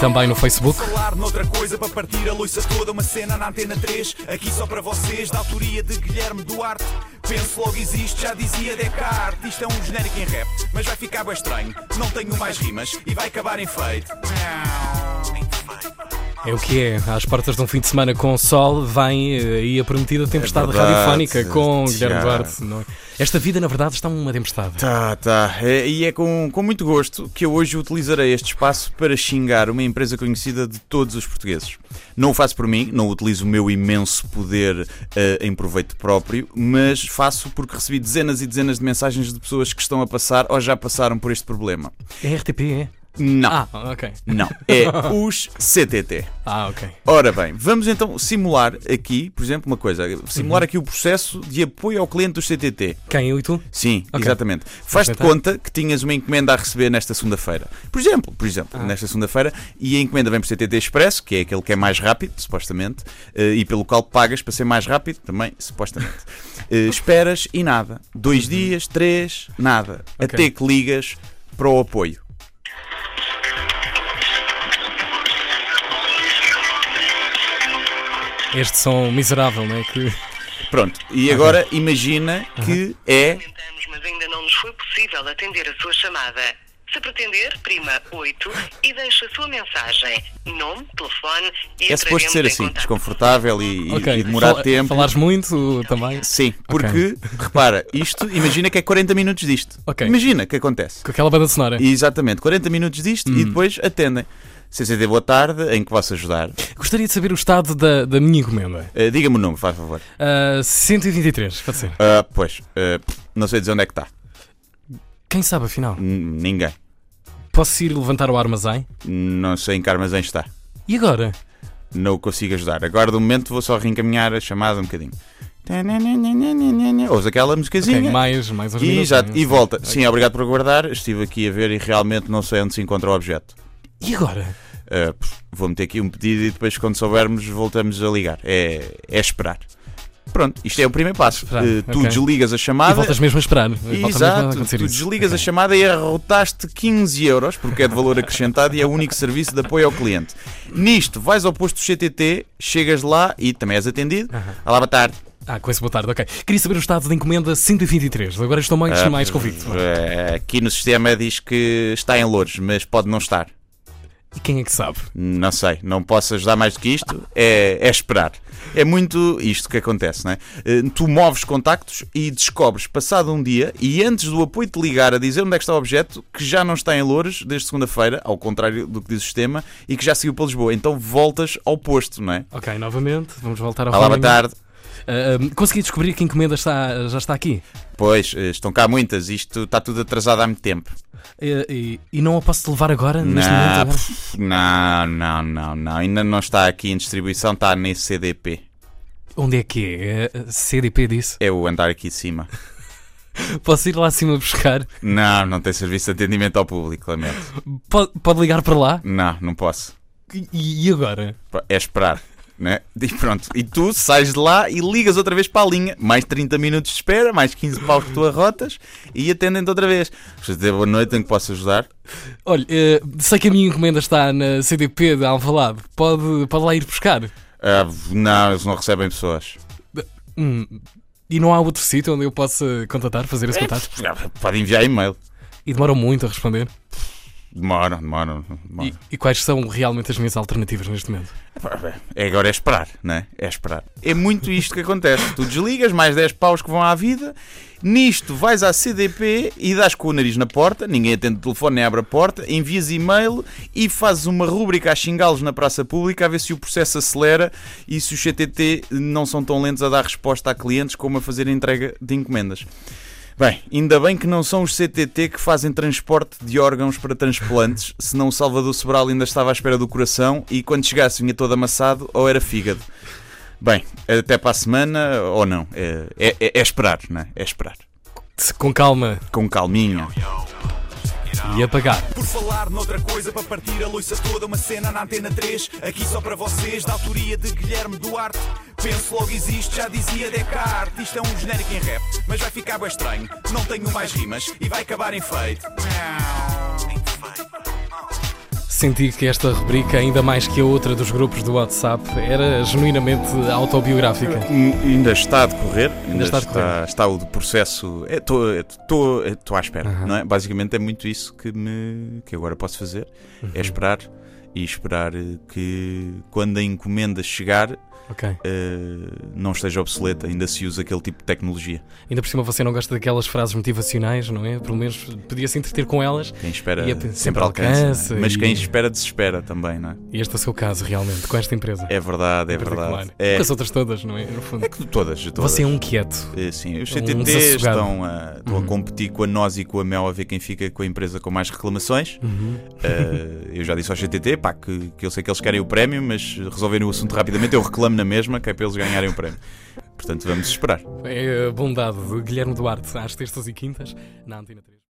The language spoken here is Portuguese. Também no Facebook. Falar noutra coisa para partir a louça toda, uma cena na Antena 3, aqui só para vocês, da autoria de Guilherme Duarte. Penso logo existe, já dizia Descartes. Isto é um genérico em rap, mas vai ficar bem estranho. Não tenho mais rimas e vai acabar em feito. É o que é. Às portas de um fim de semana com sol, vem eh, aí a prometida tempestade É verdade, radiofónica com Tiago. Guilherme Duarte. não é? Esta vida, na verdade, está uma tempestade. Tá, tá. É- e é com, com muito gosto que eu hoje utilizarei este espaço para xingar uma empresa conhecida de todos os portugueses. Não o faço por mim, não utilizo o meu imenso poder eh, em proveito próprio, mas faço porque recebi dezenas e dezenas de mensagens de pessoas que estão a passar ou já passaram por este problema. É RTP, é? Não, Ah, ok. não. É os CTT. Ah, ok. Ora bem, vamos então simular aqui, por exemplo, uma coisa. Uhum. Simular aqui o processo de apoio ao cliente dos CTT. Quem? Eu e tu? Sim, Ok. exatamente. Faz-te tentar. conta que tinhas uma encomenda a receber nesta segunda-feira. Por exemplo, por exemplo, Ah. nesta segunda-feira, e a encomenda vem por CTT Expresso, que é aquele que é mais rápido, supostamente, eh, e pelo qual pagas para ser mais rápido, também, supostamente. Eh, esperas e nada. Dois dias, três, nada. Uhum. Ok. Até que ligas para o apoio. Este som miserável, não é? Que... Pronto, e agora imagina Uhum. que é Tentamos, mas ainda não nos foi possível atender a sua chamada. Se pretender, prima 8 e deixe a sua mensagem, nome, telefone e É suposto ser entraremos em assim, contacto. desconfortável e, e- Ok. e demorar Fala- tempo. Falares muito também. Sim, porque, repara, isto, imagina que é 40 minutos disto. Ok. Imagina que acontece. Com aquela banda sonora. E, exatamente, 40 minutos disto Hum. e depois atendem. CCD, boa tarde, em que posso ajudar? Gostaria de saber o estado da, da minha encomenda. Eh, Diga-me o nome, faz favor. Ah, 123, pode ser. Ah, pois, eh, pff, não sei dizer onde é que está. Quem sabe, afinal? N- Ninguém. Posso ir levantar o armazém? Não sei em que armazém está. E agora? Não o consigo ajudar. Agora, do momento, vou só reencaminhar a chamada um bocadinho. Ouça aquela musicazinha. Ok, mais, mais uns minutos. Exato, não é? e volta. Sim, obrigado por aguardar. Estive aqui a ver e realmente não sei onde se encontra o objeto. E agora? Uh, pff, vou meter aqui um pedido e depois, quando soubermos, voltamos a ligar. É, é esperar. Pronto, isto é o primeiro passo. Esperar, Uh, tu ok. desligas a E chamada. voltas mesmo a esperar. Volta mesmo a Ah, Exato, acontecer tu isso. desligas a Ok. chamada e arrotaste 15 euros, porque é de valor acrescentado e é o único serviço de apoio ao cliente. Nisto, vais ao posto do CTT, chegas lá e também és atendido. Olá, boa tarde. Ah, com esse boa tarde, ok. Queria saber o estado da encomenda 123. Agora estou mais, Ah, mais convicto. Eh, Aqui no sistema diz que está em Louros, mas pode não estar. E quem é que sabe? Não sei, não posso ajudar mais do que isto. É, é esperar. É muito isto que acontece, não é? Eh, Tu moves contactos e descobres, passado um dia, e antes do apoio te ligar a dizer onde é que está o objeto, que já não está em Louros desde segunda-feira, ao contrário do que diz o sistema, e que já seguiu para Lisboa. Então voltas ao posto, não é? Ok, novamente, vamos voltar ao Olá, boa Rolling. tarde. Ah, ah, consegui descobrir que a encomenda está, já está aqui. Pois, eh, estão cá muitas, isto está tudo atrasado há muito tempo. E, e- e não a posso levar agora, neste momento? Não, agora? pff, não, não, não, não, ainda não está aqui em distribuição, está nesse CDP. Onde é que é? É, CDP disse. É o andar aqui de cima. Posso ir lá acima buscar? Não, não tem serviço de atendimento ao público, lamento. Pode, pode ligar para lá? Não, não posso. E, e agora? É esperar. Né? E pronto, e tu sais de lá e ligas outra vez para a linha. Mais 30 minutos de espera, mais 15 paus que tu arrotas e atendem-te outra vez. Gostaria de dizer boa noite, em que posso ajudar? Olha, eh, sei que a minha encomenda está na CDP de Alvalade. Pode, pode lá ir buscar? Ah, não, eles não recebem pessoas. Hum, E não há outro sítio onde eu possa contatar, fazer esse contato? Pode enviar e-mail. E demoram muito a responder. Demoram, demoram. demoram. E, e quais são realmente as minhas alternativas neste momento? É agora é esperar, não é? É esperar. É muito isto que acontece. Tu desligas, mais 10 paus que vão à vida. Nisto, vais à CDP e dás com o nariz na porta, ninguém atende o telefone nem abre a porta, envias e-mail e fazes uma rúbrica a xingá-los na praça pública a ver se o processo acelera e se os CTT não são tão lentos a dar resposta a clientes como a fazer a entrega de encomendas. Bem, ainda bem que não são os CTT que fazem transporte de órgãos para transplantes, senão o Salvador Sobral ainda estava à espera do coração e quando chegasse vinha todo amassado ou era fígado. Bem, até para a semana ou não. É, é- é- é esperar, não é? É esperar. Se- Com calma Com calminha. e apagar. Por falar noutra coisa, para partir a louça toda, uma cena na Antena 3, aqui só para vocês, da autoria de Guilherme Duarte. Penso logo existe, já dizia Descartes. Isto é um genérico em rap, mas vai ficar bem estranho. Não tenho mais rimas e vai acabar em feito. senti que esta rubrica, ainda mais que a outra dos grupos do WhatsApp, era genuinamente autobiográfica. E- e Ainda está a decorrer, ainda, está está, a decorrer. está o de processo. É, Estou à espera, não é? Basicamente é muito isso que, me, que agora posso fazer: Uhum. é esperar e esperar eh, que quando a encomenda chegar Ok. eh, não esteja obsoleta, ainda se usa aquele tipo de tecnologia. Ainda por cima você não gosta daquelas frases motivacionais, não é? Pelo menos podia se entreter com elas. Quem espera E a- sempre, sempre alcança, alcança não é? mas e- quem espera desespera também, não é? E este é o seu caso, realmente, com esta empresa. É verdade, é em particular. verdade. É, Com as outras todas, não é? No fundo. é que todas, todas. Você é um quieto. Eh, Sim, os Um CTT desassossegado. estão, a, estão a competir com a nós e com a Mel a ver quem fica com a empresa com mais reclamações. Eh, eu já disse aos CTT pá, que, que eu sei que eles querem o prémio, mas resolverem o assunto rapidamente, eu reclamo na mesma, que é para eles ganharem o prémio. Portanto, vamos esperar. É a bondade de Guilherme Duarte, às terças e quintas, na Antena 3.